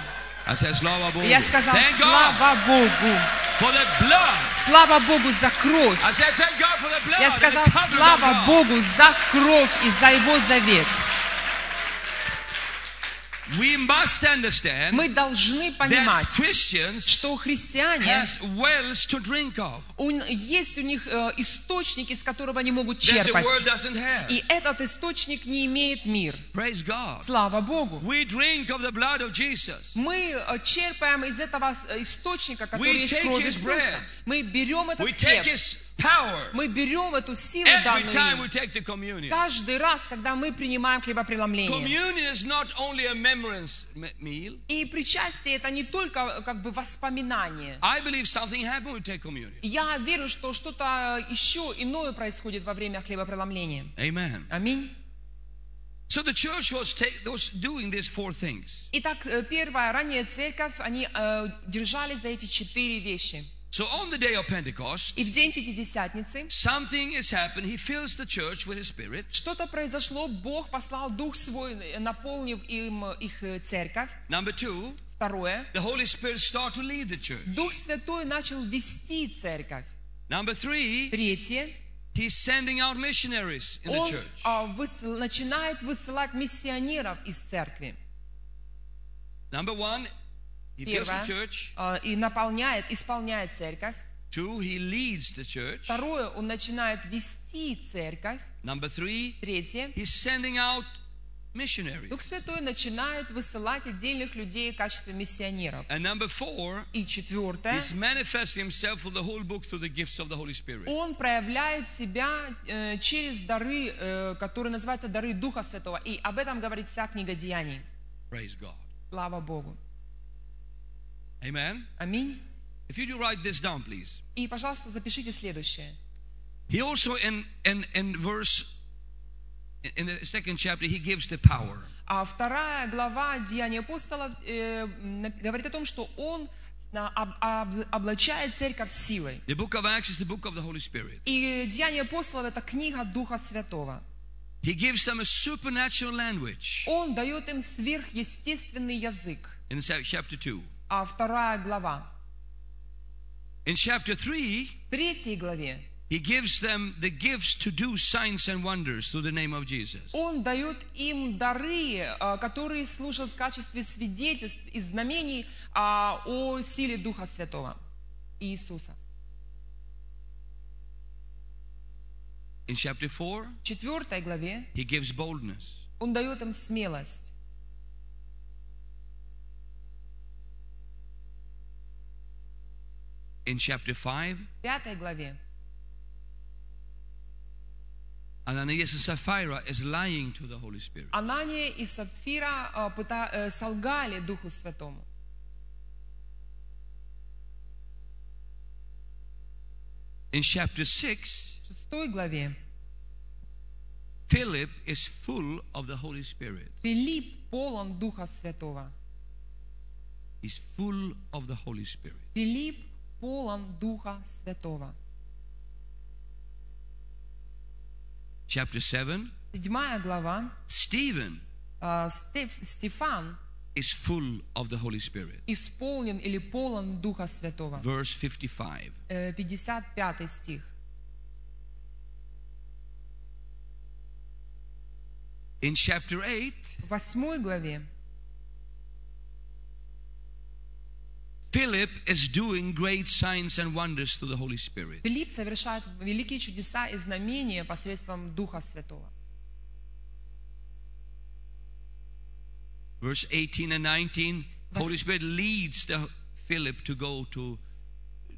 A: I said, Slava Bogu.
B: И Я сказал,
A: Thank God
B: слава Богу.
A: for the blood.
B: Слава Богу за кровь.
A: I said, Thank God for the blood.
B: Я
A: and the
B: сказал,
A: covenant of
B: слава
A: God."
B: Богу за кровь и за его завет.
A: We must understand
B: Мы должны
A: that
B: понимать,
A: Christians
B: что у христиане
A: has wells to drink of
B: у н- есть у них э, источник, из которого они могут
A: that the
B: черпать.
A: world doesn't have.
B: И этот источник не имеет мир.
A: Praise God.
B: Слава Богу.
A: We drink of the blood of Jesus.
B: Мы э, черпаем из этого с- э, источника,
A: We
B: который есть в
A: take
B: крови
A: his bread.
B: Иисуса. Мы берем этот
A: We take
B: хлеб.
A: His power
B: Мы берем эту силу
A: every time
B: данную
A: we
B: им.
A: take the communion.
B: Каждый раз, когда мы принимаем хлебопреломление.
A: Communion is not only a remembrance me- meal.
B: И причастие это не только э, как бы воспоминание.
A: I believe something happened when we take communion.
B: Я верю, что что-то еще иное происходит во время хлебопреломления.
A: Amen.
B: Аминь.
A: So the church was, take, was doing these four things.
B: Итак, э, первая ранняя церковь, они э, держали за эти четыре вещи.
A: So on the day of Pentecost,
B: И в день Пятидесятницы
A: something has happened. He fills the church with His Spirit.
B: что-то произошло, Бог послал Дух Свой, э, наполнив им э, их э, церковь.
A: Number two,
B: Второе.
A: the Holy Spirit started to lead the church.
B: Дух Святой начал вести церковь.
A: Number three,
B: Третье.
A: He's sending out missionaries in the
B: Он
A: church.
B: а, выс- начинает высылать миссионеров из церкви
A: Number one, he fills
B: Первое.
A: the church.
B: а, и наполняет, исполняет церковь.
A: Two, he leads the church.
B: Второе, он начинает вести церковь.
A: Number three,
B: Третье,
A: he's sending out missionaries.
B: Дух Святой начинает высылать отдельных людей в качестве миссионеров.
A: And number four,
B: И четвертое,
A: he's manifesting himself for the whole book through the gifts of the Holy Spirit.
B: он проявляет себя э, через дары, э, которые называются дары Духа Святого. И об этом говорит вся книга Деяний.
A: Praise God.
B: Слава Богу.
A: Amen.
B: Аминь.
A: If you do write this down, please.
B: И, пожалуйста, запишите следующее.
A: He also in in in verse in the second chapter he gives the power.
B: А вторая глава Деяний апостолов э, нап- говорит о том, что он на- об- об- облачает церковь силой.
A: The book of Acts is the book of the Holy Spirit.
B: И Деяния апостолов это книга Духа Святого.
A: He gives them a supernatural language
B: Он дает им сверхъестественный язык.
A: in sa- chapter two.
B: А вторая глава.
A: In chapter three,
B: В третьей главе
A: He gives them the gifts to do signs and wonders through the name of Jesus.
B: Он дает им дары, э, которые служат в качестве свидетельств и знамений а, о силе Духа Святого Иисуса.
A: In chapter 4,
B: В четвертой главе
A: he gives boldness.
B: он дает им смелость.
A: In chapter 5,
B: В пятой главе
A: Ananias and Sapphira is lying to the Holy Spirit.
B: Анания и Сапфира а, пыта- э, солгали Духу Святому.
A: In chapter 6,
B: В шестой главе
A: Philip is full of the Holy Spirit.
B: Филипп полон Духа Святого.
A: He's full of the Holy Spirit.
B: Филипп полон Духа Святого.
A: Chapter 7,
B: Седьмая глава.
A: Stephen
B: а, Стеф- Стефан
A: is full of the Holy Spirit.
B: исполнен или полон Духа Святого.
A: Verse 55.
B: Э, 55 стих.
A: In chapter 8,
B: В 8 главе
A: Philip is doing great signs and wonders through the Holy Spirit.
B: Филипп совершает великие чудеса и знамения посредством Духа Святого.
A: Verse 18 and 19,
B: Vers-
A: Holy Spirit leads the Philip to go to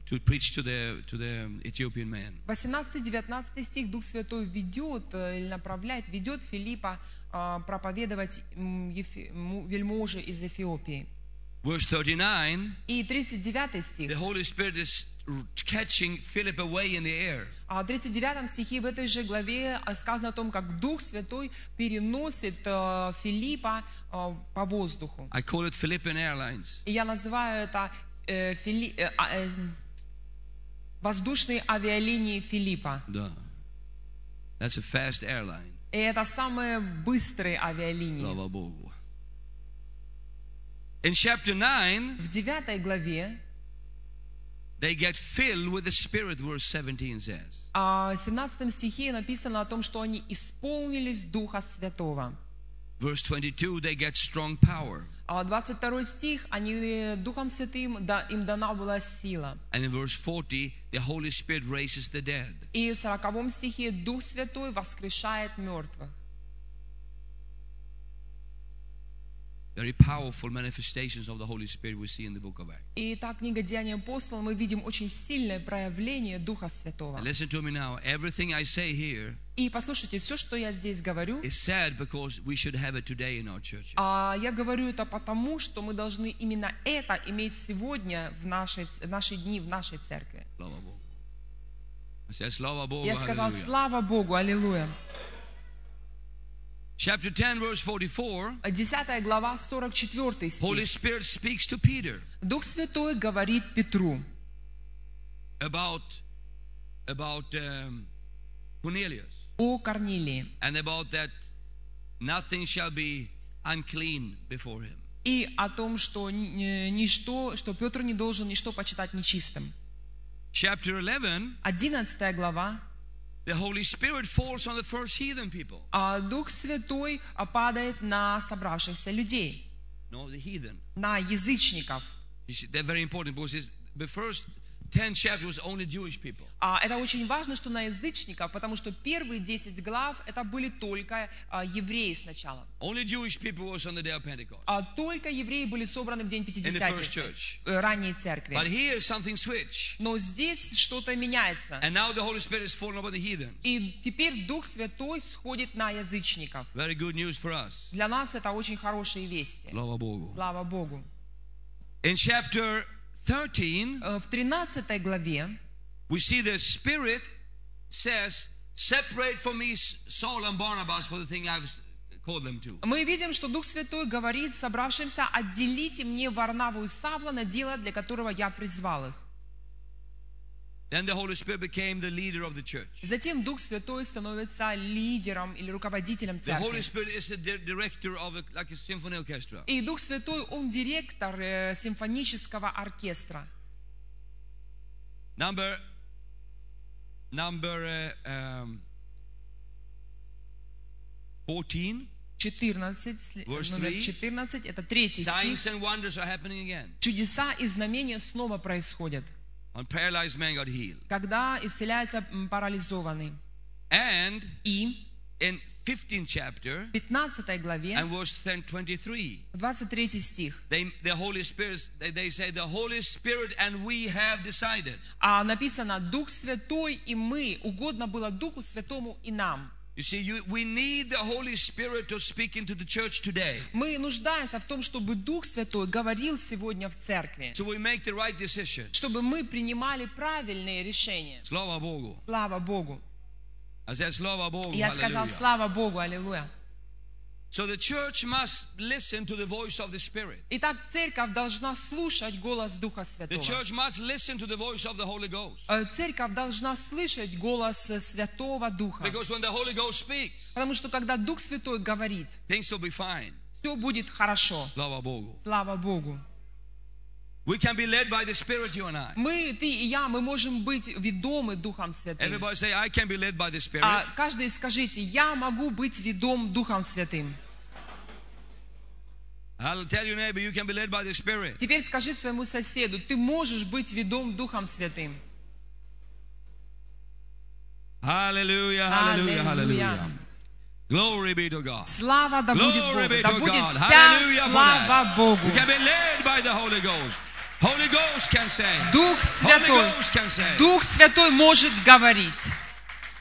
A: to preach to the to the Ethiopian man.
B: 18-19 стих Дух Святой ведет э, или направляет, ведет Филиппа а, проповедовать м, Ефе- му- вельможи из Эфиопии.
A: Verse 39,
B: И 39 стих.
A: the Holy Spirit is r- catching Philip away in the air.
B: А в 39 стихе в этой же главе а, сказано о том, как Дух Святой переносит э, Филиппа э, по воздуху.
A: I call it Philippine Airlines.
B: И я называю это э, Фили- э, а, э, воздушные авиалинии Филиппа.
A: Duh. That's a fast airline.
B: И это самые быстрые авиалинии.
A: Слава Богу. In chapter 9,
B: В 9 главе,
A: they get filled with the Spirit, verse 17 says.
B: а, в 17 стихе написано о том, что они исполнились Духа Святого.
A: Verse 22, they get strong power.
B: А 22 стих, они э, Духом Святым, да, им дана была сила.
A: And in verse 40, the Holy Spirit raises the dead.
B: И в 40 стихе Дух Святой воскрешает мертвых.
A: Very powerful manifestations of the Holy Spirit we see in the book of Acts.
B: И так книга Деяния апостола мы видим очень сильное проявление Духа Святого.
A: And listen to me now. Everything I say here
B: И послушайте, все, что я здесь говорю,
A: is said because we should have it today in our church.
B: а я говорю это потому, что мы должны именно это иметь сегодня в, нашей, ц- в наши дни, в нашей церкви.
A: Slava Bogu. I said, Slava Bogu,
B: Я сказал,
A: hallelujah.
B: слава Богу, аллилуйя.
A: Chapter 10, verse 44,
B: 10 глава, 44
A: Holy
B: стих.
A: Spirit speaks to Peter.
B: Дух Святой говорит Петру
A: about about um, Cornelius
B: о Корнилии
A: and about that nothing shall be unclean before him.
B: и о том, что ни- э, ничто, что Петр не должен ничто почитать нечистым.
A: Chapter 11,
B: 11 глава,
A: the Holy Spirit falls on the first heathen people.
B: А Дух Святой а, падает на собравшихся людей,
A: No, the heathen.
B: на язычников.
A: You see, They're very important because it's, the first 10 chapters was only Jewish people.
B: А это очень важно, что на язычников, потому что первые 10 глав это были только а, евреи сначала.
A: Only Jewish people was on the day of Pentecost
B: А только евреи были собраны в день
A: in the first
B: Пятидесятницы,
A: church.
B: э, ранней церкви.
A: But here something switch.
B: Но здесь что-то меняется.
A: And now the Holy Spirit is falling upon the heathen.
B: И теперь Дух Святой сходит на язычников.
A: Very good news for us.
B: Для нас это очень хорошие вести.
A: Slava Bogu.
B: Слава Богу.
A: In chapter 13,
B: Э, В 13 главе
A: we see the Spirit says, Separate for me Saul and Barnabas for the thing I've s- called them to.
B: Мы видим, что Дух Святой говорит собравшимся, отделите мне Варнаву и Савла на дело, для которого я призвал их.
A: Then the Holy Spirit became the leader of the church.
B: Затем Дух Святой становится лидером или руководителем
A: The Holy
B: церкви.
A: Spirit is the di- director of a, like a symphony orchestra.
B: И Дух Святой, он директор э, симфонического оркестра.
A: Number number uh, um, 14
B: 14, если-
A: Verse
B: номер
A: three.
B: 14, это третий стих.
A: signs and wonders are happening again
B: Чудеса и знамения снова происходят,
A: on paralyzed man got healed
B: когда исцеляется м, парализованный.
A: and
B: И
A: in 15th chapter
B: в 15 главе,
A: and verse 10 23
B: 23 стих,
A: they, the holy spirit they, they say the holy spirit and we have decided
B: а написано «Дух Святой и мы, угодно было Духу Святому и нам».
A: you see you, we need the holy spirit to speak into the church today
B: Мы нуждаемся в том, чтобы Дух Святой говорил сегодня в церкви,
A: so we make the right decision
B: чтобы мы принимали правильные решения.
A: slava bogu
B: Слава Богу!
A: i said slava bogu
B: Я сказал
A: hallelujah.
B: «Слава Богу! Аллилуйя!»
A: so the church must listen to the voice of the spirit
B: Итак, церковь должна слушать голос Духа
A: The
B: Святого.
A: church must listen to the voice of the Holy Ghost.
B: Э, Церковь должна слышать голос э, Святого Духа.
A: Because when the Holy Ghost speaks,
B: Потому что когда Дух Святой говорит,
A: things will be fine.
B: все будет хорошо.
A: Slava Bogu.
B: Слава Богу.
A: We can be led by the Spirit, you and I.
B: Мы, ты и я, мы можем быть ведомы Духом Святым.
A: Everybody say, I can be led by the Spirit.
B: А каждый скажите, я могу быть ведом Духом Святым.
A: I'll tell your neighbor, you can be led by the Spirit.
B: Теперь скажи своему соседу, ты можешь быть ведом Духом Святым.
A: Hallelujah,
B: Hallelujah.
A: hallelujah, hallelujah. Glory be to God.
B: Слава да будет
A: Glory
B: Богу.
A: be
B: Да
A: to
B: будет
A: God.
B: вся
A: Hallelujah for
B: слава
A: that.
B: Богу.
A: You can be led by the Holy Ghost. Holy Ghost can say.
B: Дух
A: Holy
B: Святой.
A: Ghost can say.
B: Дух Святой может говорить.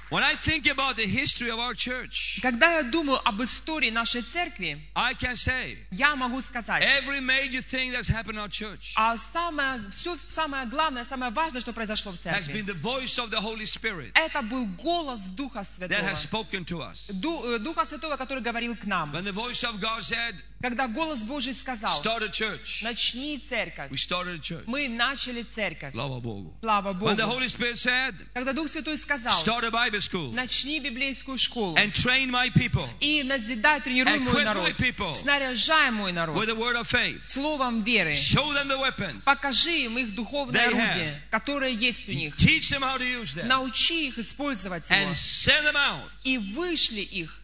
A: When I think about the history of our church,
B: Когда я думаю об истории нашей церкви,
A: I can say
B: я могу сказать,
A: every major thing that's happened in our church
B: а самое, все самое главное, самое важное, что произошло в
A: has
B: церкви,
A: been the voice of the Holy Spirit
B: это был голос Духа
A: that
B: Святого.
A: has spoken to us.
B: Ду- э, Духа Святого, который говорил к нам.
A: When the voice of God said,
B: Когда голос Божий сказал,
A: Start a church,
B: начни церковь,
A: we started a church.
B: мы начали церковь.
A: Slava Bogu.
B: Слава
A: When the
B: Богу.
A: Holy Spirit said,
B: Когда Дух Святой сказал,
A: Start a Bible school
B: начни библейскую школу
A: and train my people
B: и назидай, тренируй
A: And
B: мой
A: equip
B: народ,
A: my people
B: снаряжай мой народ
A: with the word of faith,
B: словом веры,
A: show them the weapons,
B: покажи им их духовное
A: They
B: орудие, которое есть у них,
A: teach them how to use them,
B: научи их использовать его,
A: and send them out
B: и вышли их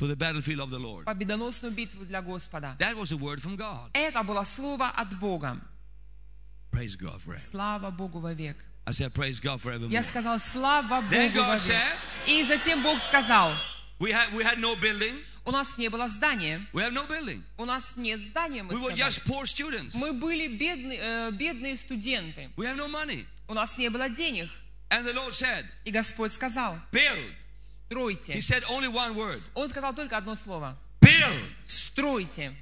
A: to the battlefield of the Lord.
B: в победоносную битву для Господа.
A: That was a word from God.
B: Это было слово от Бога.
A: Praise God forever.
B: Слава Богу вовек.
A: I said, Praise God forevermore.
B: Я сказал, слава
A: Then
B: Богу
A: God
B: вовек.
A: said-
B: И затем Бог сказал,
A: We had, we had no building.
B: у нас не было здания,
A: We have no building.
B: у нас нет здания, мы
A: We were
B: сказали.
A: just poor students.
B: Мы были бедны- э, бедные студенты,
A: We have no money.
B: у нас не было денег.
A: And the Lord said,
B: И Господь сказал,
A: Build.
B: стройте.
A: He said only one word
B: Он сказал только одно слово.
A: build.
B: Стройте.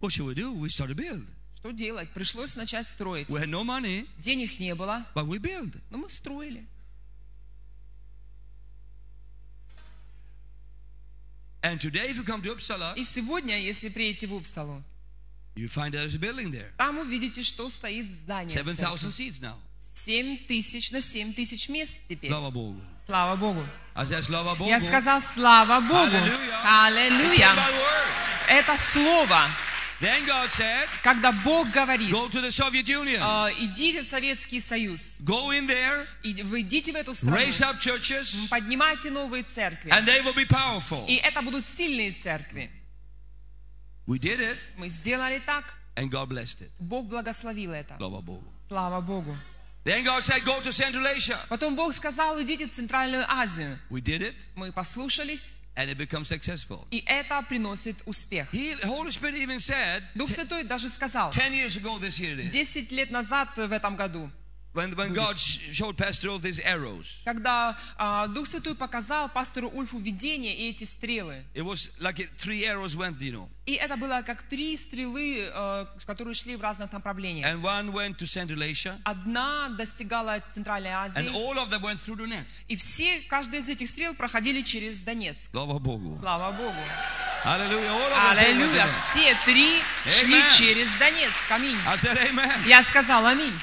A: What should we do? We started to build.
B: Что делать? Пришлось начать строить.
A: We had no money,
B: Денег не было,
A: but we build.
B: но мы строили.
A: And today, if you come to Uppsala,
B: И сегодня, если приедете в Упсалу,
A: you find there's a building there.
B: там увидите, что стоит здание.
A: 7,000 seats now.
B: 7 тысяч на 7 тысяч мест теперь.
A: Slava Bogu.
B: Слава Богу.
A: I said, Slava Bogu.
B: Я сказал, слава Богу.
A: Hallelujah. It's
B: Аллилуйя.
A: my word.
B: Это слово,
A: Then God said,
B: когда Бог говорит,
A: Go to the Soviet Union.
B: «Э, идите в Советский Союз,
A: Go in there,
B: иди- вы идите в эту страну,
A: raise up
B: Mm,
A: churches,
B: поднимайте новые церкви.
A: and they will be powerful.
B: И это будут сильные церкви.
A: We did it,
B: Мы сделали так,
A: and God blessed it.
B: Бог благословил это.
A: Slava Bogu.
B: Слава Богу.
A: Then God said, Go to Central Asia.
B: Потом Бог сказал, идите в Центральную Азию.
A: We did it,
B: Мы послушались,
A: and it becomes successful.
B: и это приносит успех.
A: He, the Holy Spirit even said,
B: Дух Святой даже сказал,
A: 10 years ago this year it is,
B: 10 лет назад в этом году,
A: when, when God sh- showed Pastor Ulf these arrows,
B: когда а, Дух Святой показал пастору Ульфу видение и эти стрелы.
A: it was like it, three arrows went, you know,
B: И это было как три стрелы, э, которые шли в разных направлениях.
A: and one went to Central Asia,
B: Одна достигала Центральной
A: and
B: Азии,
A: all of them went through the net.
B: и все, каждая из этих стрел проходили через Донецк.
A: Slava Bogu.
B: Слава Богу!
A: Hallelujah. All of them went through the
B: Аллилуйя!
A: net.
B: Все три шли
A: Amen.
B: через Донецк. Аминь.
A: I said amen.
B: Я сказал аминь.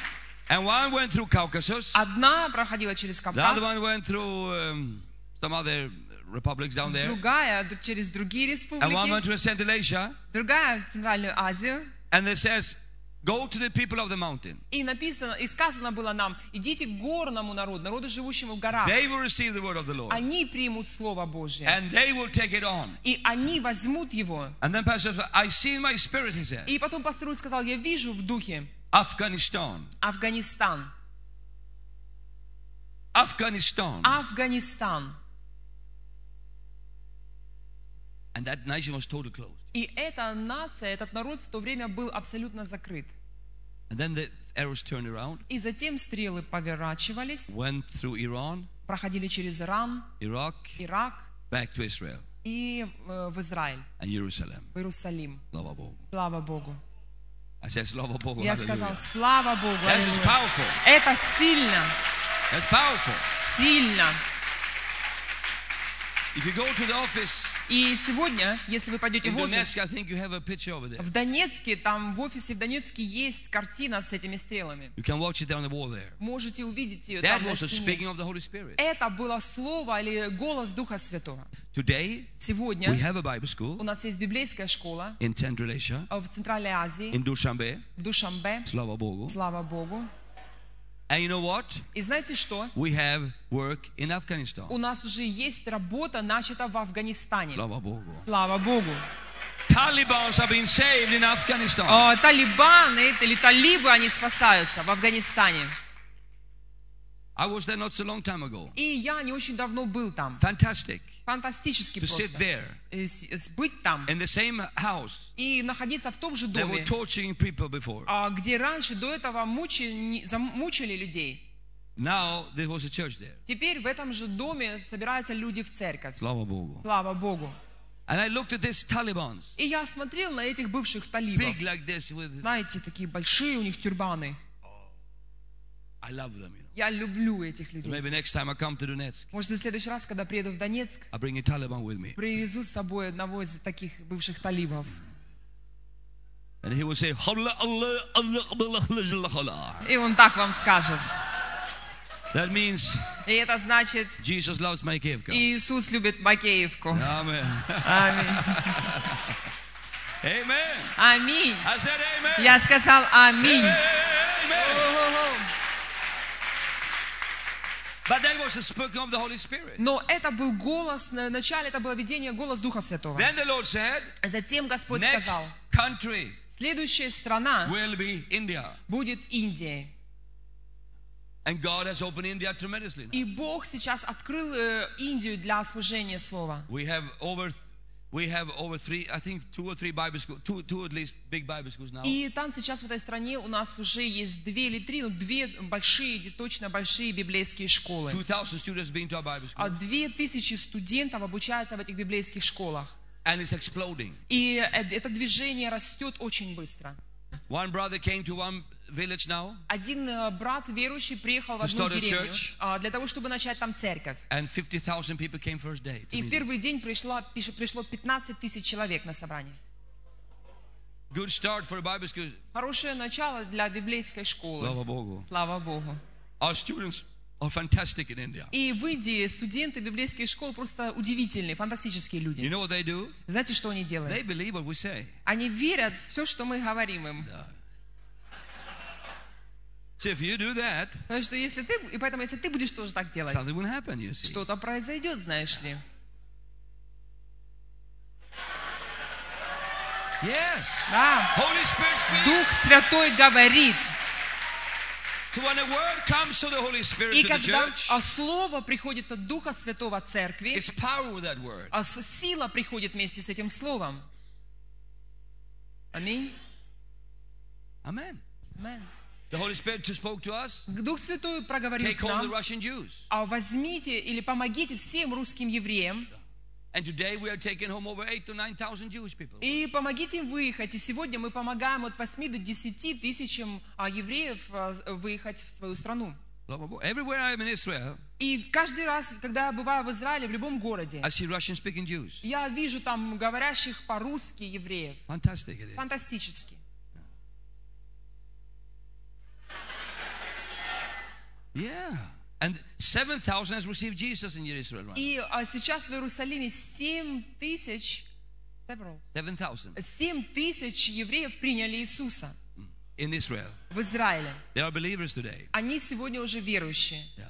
A: And one went through Caucasus,
B: Ah, Одна проходила через
A: the other
B: Кавказ,
A: one went through um, some other republics down there,
B: другая д- через другие
A: and one went
B: республики,
A: to Central Asia,
B: другая в Центральную Азию.
A: and it says, Go to the people of the mountain.
B: И написано, и сказано было нам, идите к горному народу, народу, живущему в горах.
A: They will receive the word of the Lord.
B: Они примут Слово Божье.
A: And they will take it on.
B: И они возьмут его.
A: And then Pastor said, I see in my spirit, he said,
B: И потом пастор Руд сказал, я вижу в духе
A: Afghanistan.
B: Афганистан.
A: Afghanistan.
B: Афганистан.
A: And that nation was totally closed.
B: И эта нация, этот народ в то время был абсолютно закрыт.
A: And then the arrows turned around,
B: И затем стрелы поворачивались,
A: went through Iran,
B: проходили через Иран,
A: Iraq,
B: Ирак
A: back to Israel
B: и э, в Израиль,
A: and Jerusalem.
B: в Иерусалим.
A: Slava Bogu.
B: Слава Богу.
A: I said, Slava Bogu.
B: Я
A: hallelujah.
B: сказал, слава Богу.
A: That is
B: аллилуйя».
A: powerful.
B: Это сильно,
A: That's powerful.
B: сильно.
A: If you go to the office
B: И сегодня, если вы пойдете
A: in
B: в офис,
A: Donetsk, I think you have a picture over there.
B: в Донецке, там в офисе в Донецке есть картина с этими стрелами.
A: You can watch it down the wall there.
B: Можете увидеть ее
A: That
B: там на
A: was the Eh.
B: стене.
A: speaking of the Holy Spirit.
B: Это было слово или голос Духа Святого.
A: Today, we
B: Сегодня
A: have a Bible
B: у
A: school
B: нас есть библейская школа
A: in Tendralesha,
B: э, в Центральной Азии,
A: in Dushanbe,
B: в Душамбе.
A: Slava Bogu.
B: Слава Богу.
A: And you know what?
B: И знаете что?
A: We have work in Afghanistan.
B: У нас уже есть работа, начата в Афганистане.
A: Slava Bogu.
B: Слава Богу.
A: Talibans have been saved in Afghanistan.
B: А, Талибаны или талибы, они спасаются в Афганистане.
A: I was there not so long time ago.
B: И я не очень давно был там.
A: Fantastic
B: Фантастически
A: to sit
B: просто.
A: there
B: Э, с- с- Быть там
A: in the same house
B: и находиться в том же
A: they were
B: доме,
A: torturing people before.
B: а, где раньше до этого мучили, замучили людей.
A: Now there was a church there.
B: Теперь в этом же доме собираются люди в церковь.
A: Slava Bogu.
B: Слава Богу.
A: And I looked at these Talibans,
B: И я смотрел на этих бывших талибов.
A: big like this with
B: Знаете, такие большие у них тюрбаны.
A: I love them, you know.
B: Я люблю этих
A: So
B: людей.
A: maybe next time I come to Donetsk,
B: Может, в следующий раз, когда приеду в Донецк,
A: I bring a Taliban with me.
B: привезу с собой одного из таких бывших талибов.
A: And he will say, "Halla, Allah, Allah, Allah, Allah, Allah."
B: И он так вам скажет.
A: That means
B: И это значит,
A: Jesus loves my cave.
B: Иисус любит Макеевку.
A: Amen.
B: Аминь.
A: Amen.
B: Аминь.
A: I said amen.
B: Я сказал аминь.
A: Amen.
B: О-о-о.
A: But that was the speaking of the Holy Spirit.
B: Но это был голос, на- вначале это было видение, голос Духа Святого.
A: Then the Lord said,
B: Затем Господь
A: next
B: сказал,
A: country
B: следующая страна
A: will be India.
B: будет Индией.
A: And God has opened India tremendously. now.
B: И Бог сейчас открыл э, Индию для служения Слова.
A: We have over, we have over three, I think two or three Bible schools, two, two at least big Bible schools now.
B: И там сейчас в этой стране у нас уже есть две или три, ну две большие, де- точно большие библейские школы.
A: Two thousand students being to our Bible school,
B: А две тысячи студентов обучаются в этих библейских школах.
A: and it's exploding.
B: И э, это движение растет очень быстро.
A: One brother came to one village now
B: Один э, брат верующий приехал в
A: To
B: одну
A: start a
B: деревню
A: church.
B: а, для того, чтобы начать там церковь.
A: and fifty thousand people came first day. to
B: И в
A: meet him.
B: первый день пришло, пиш- пришло 15 тысяч человек на собрание.
A: Good start for a Bible school.
B: Хорошее начало для библейской школы.
A: Slava Bogu.
B: Слава Богу.
A: Our students are fantastic in India.
B: И в Индии студенты библейских школ просто удивительные, фантастические
A: You
B: люди.
A: know what they do?
B: Знаете, что они делают?
A: They believe what we say.
B: Они верят в все, что мы говорим им.
A: So if you do that,
B: Потому что если ты, и поэтому если ты будешь тоже так делать,
A: something will happen, you see.
B: что-то произойдет, знаешь ли.
A: Yes.
B: Да.
A: Holy Spirit speaks.
B: Дух Святой говорит.
A: So when a word comes to the Holy Spirit
B: И
A: to the
B: когда
A: church,
B: а, Слово приходит от Духа Святого Церкви,
A: it's power with that word.
B: а с- сила приходит вместе с этим Словом. Аминь.
A: Amen.
B: Амен.
A: The Holy Spirit who spoke to us,
B: Дух Святой проговорил
A: take
B: к
A: hold of the
B: нам,
A: Russian Jews.
B: а возьмите или помогите всем русским евреям,
A: And today we are taking home over eight to nine thousand Jewish people.
B: и помогите им выехать. И сегодня мы помогаем от 8 до 10 тысячам а, евреев а, с- выехать в свою страну.
A: Everywhere I am in Israel,
B: И в- каждый раз, когда я бываю в Израиле, в любом городе,
A: I see Russian-speaking Jews.
B: я вижу там говорящих по-русски евреев.
A: Fantastic it is.
B: Фантастически.
A: Yeah. And 7,000 has received Jesus in Israel, right?
B: И а, сейчас в Иерусалиме 7 тысяч, several,
A: 7,000.
B: 7 тысяч евреев приняли Иисуса.
A: in Israel.
B: в Израиле.
A: They are believers today.
B: Они сегодня уже верующие.
A: Yeah.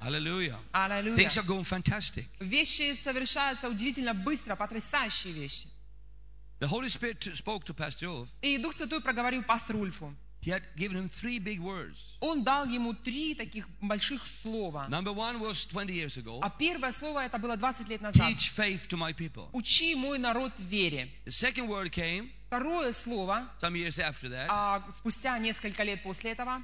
A: Hallelujah.
B: Аллилуйя.
A: Things are going fantastic.
B: Вещи совершаются удивительно быстро, потрясающие вещи.
A: The Holy Spirit t- spoke to Pastor Ulf.
B: И Дух Святой проговорил пастору Ульфу.
A: He had given him three big words.
B: Он дал ему три таких больших слова.
A: Number one was 20 years ago
B: А первое слово это было 20 лет назад.
A: teach faith to my people.
B: Учи мой народ вере.
A: The second word came
B: Второе слово,
A: some years after that
B: а, спустя несколько лет после этого,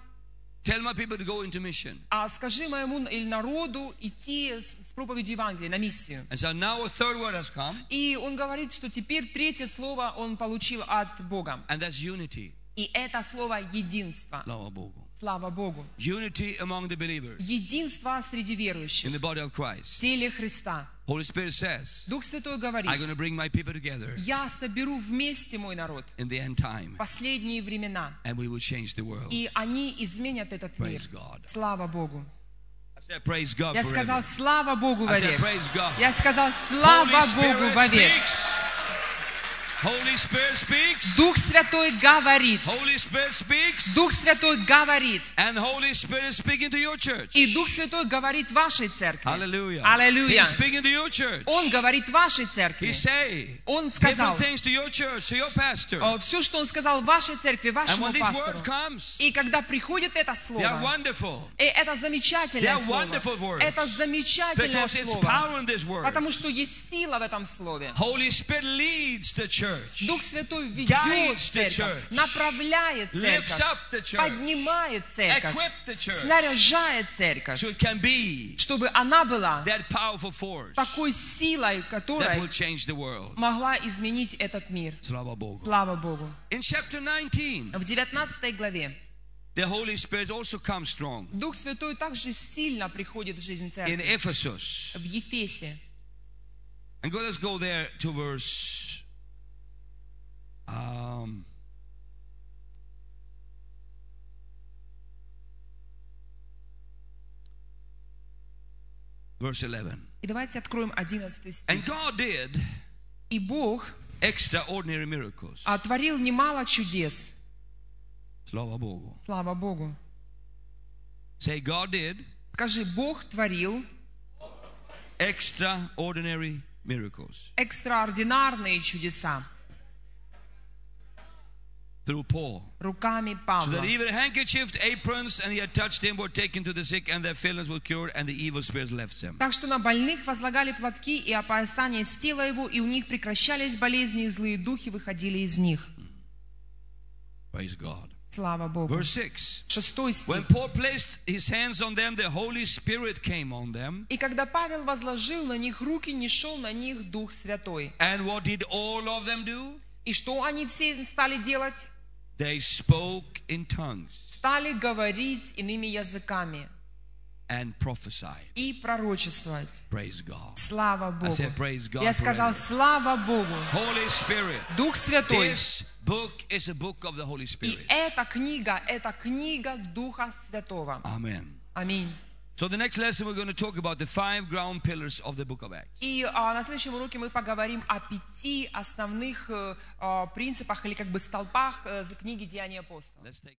A: tell my people to go into mission.
B: а, скажи моему или народу идти с, с проповедью Евангелия на миссию.
A: And so now a third word has come,
B: И он говорит, что теперь третье слово он получил от Бога.
A: and that's unity.
B: И это слово единство.
A: Slava Bogu.
B: Слава Богу.
A: Unity among the believers
B: Единство среди верующих
A: in the body of
B: в
A: Christ.
B: теле Христа.
A: Holy Spirit says,
B: Дух Святой
A: I'm
B: говорит,
A: going to bring my people together
B: я соберу вместе мой народ
A: in the end time,
B: в последние времена,
A: and we will change the world.
B: и они изменят этот мир.
A: Praise God.
B: Слава Богу.
A: I said, Praise God
B: Я сказал,
A: forever.
B: слава Богу
A: I said,
B: вовек.
A: Praise God.
B: Я сказал,
A: Holy
B: слава Богу
A: Spirit
B: вовек.
A: speaks. Holy Spirit speaks.
B: Дух Святой говорит.
A: Holy Spirit speaks.
B: Дух Святой говорит.
A: And Holy Spirit is speaking to your church.
B: И Дух Святой говорит вашей церкви.
A: Hallelujah.
B: Аллилуйя.
A: He's speaking to your church.
B: Он говорит вашей церкви.
A: He say
B: Он
A: different
B: сказал,
A: things to your church, to your pastor.
B: все, что он сказал вашей церкви,
A: And
B: вашему
A: when this word
B: пастору.
A: comes,
B: И когда приходит это
A: they are
B: слово,
A: wonderful
B: и это замечательное
A: They are wonderful
B: слово,
A: words.
B: это замечательное
A: because it's
B: слово,
A: power in this word.
B: потому что есть сила в этом слове.
A: Holy Spirit leads the church,
B: Дух Святой
A: Guides
B: ведет
A: the church.
B: церковь, направляет
A: lifts
B: церковь,
A: up the church,
B: поднимает церковь,
A: equip the church,
B: снаряжает церковь,
A: so it can be
B: чтобы она была
A: that powerful force
B: такой силой,
A: that will
B: которая
A: change the world.
B: могла изменить этот мир.
A: Slava Bogu.
B: Слава Богу.
A: In chapter 19,
B: В 19 главе
A: the Holy Spirit also comes strong
B: Дух Святой также сильно приходит в жизнь
A: in
B: церкви,
A: Ephesus.
B: в Ефесе.
A: And go, let's go there to verse. Um, verse 11.
B: И давайте откроем 11 стих.
A: And God did
B: «И Бог
A: extraordinary miracles.
B: отворил немало чудес».
A: Slava Bogu.
B: Слава Богу.
A: Say, God did
B: Скажи, Бог творил
A: extraordinary miracles
B: экстраординарные чудеса
A: through Paul.
B: руками
A: So
B: Павла.
A: that even handkerchiefs, aprons, and he had touched them were taken to the sick, and their feelings were cured, and the evil spirits left them.
B: Так что на больных возлагали платки и опоясания с тела его, и у них прекращались болезни, и злые духи выходили из них.
A: Praise God.
B: Слава Богу.
A: Verse 6.
B: Шестой
A: When
B: стих.
A: Paul placed his hands on them, the Holy Spirit came on them.
B: «И когда Павел возложил на них руки, не шел на них Дух Святой».
A: And what did all of them do?
B: И что они все стали делать?
A: They spoke in tongues
B: Стали говорить иными языками
A: and prophesied.
B: и пророчествовать.
A: Praise God.
B: Слава
A: I
B: Богу.
A: said, Praise God.
B: Я сказал,
A: forever.
B: слава Богу.
A: Holy Spirit.
B: Дух Святой.
A: This book is a book of the Holy
B: И
A: Spirit.
B: эта книга, это книга Духа Святого.
A: Amen.
B: Аминь.
A: So, the next lesson we're going to talk about the five ground pillars of the book of Acts.
B: И а, на следующем уроке мы поговорим о пяти основных э, а, принципах или как бы столпах э, книги Деяния апостола.
A: Let's take